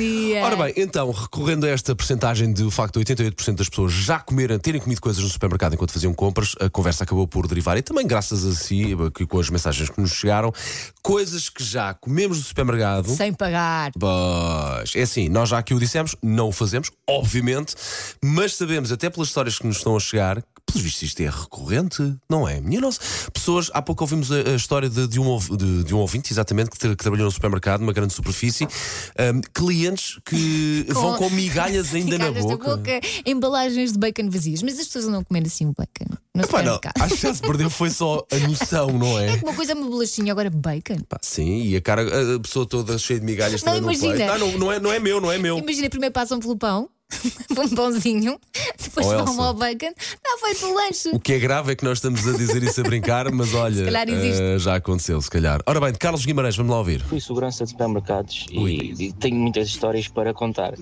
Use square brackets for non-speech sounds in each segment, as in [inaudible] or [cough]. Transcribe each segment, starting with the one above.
Dia. Ora bem, então, recorrendo a esta percentagem do facto de 88% das pessoas já comeram, terem comido coisas no supermercado enquanto faziam compras, a conversa acabou por derivar, e também graças a si, que com as mensagens que nos chegaram, coisas que já comemos no supermercado. Sem pagar. Pois, é assim, nós já aqui o dissemos, não o fazemos, obviamente, mas sabemos até pelas histórias que nos estão a chegar, que pelos vistos isto é recorrente, não é? Minha nossa, pessoas, há pouco ouvimos a, a história de, de um, ouv- de, de um ouvinte, exatamente, que, tra- que trabalhou no supermercado, numa grande superfície, ahm, clientes [laughs] que vão com migalhas ainda na Migalhas boca. embalagens de bacon vazias. Mas as pessoas andam a comer assim o bacon. No Epá, não, supermercado. acho que já se perdeu, foi só a noção, não é? [laughs] Uma coisa é uma bolachinha, agora bacon. Pá, sim, e a cara, a pessoa toda cheia de migalhas Não, também no imagina. peito. Ah, não, não, é, não é meu, não é meu. Imagina, primeiro passam pelo pão, [laughs] um pãozinho, depois Oh, vão Elsa. ao bacon. Está feito o lanche. O que é grave é que nós estamos a dizer isso a brincar, mas olha, calhar existe. eh, já aconteceu, se calhar. Ora bem, Carlos Guimarães, vamos lá ouvir. Fui segurança de supermercados Ui. e, e tenho muitas histórias para contar.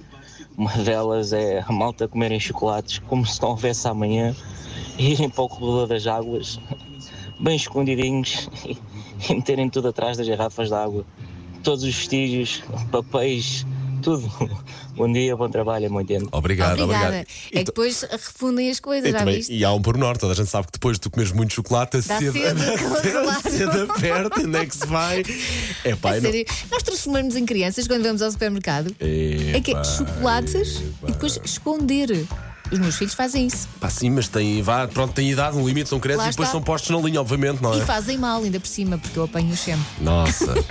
Uma delas é a malta comerem chocolates como se não houvesse amanhã, irem para o corredor das águas, bem escondidinhos, [laughs] e, e meterem tudo atrás das garrafas de água. Todos os vestígios, papéis, tudo. [laughs] Bom dia, bom trabalho, é muito Obrigado, Obrigada. obrigado. É que depois refundem as coisas, E, já também, viste? e há um pormenor, toda a gente sabe que depois de tu comeres muito chocolate, a Dá sede, [laughs] sede, a claro. sede aperta, onde é que se vai? [laughs] É A pá, eu não- sério, nós transformamos em crianças quando vamos ao supermercado. É que é Epá, chocolates e depois esconder. Os meus filhos fazem isso. Pá, sim, mas tem, vá, pronto, tem idade, um limite, são Lá crianças e depois está. são postos na linha, obviamente, não E é? fazem mal ainda por cima, porque eu apanho sempre. [laughs] Nossa.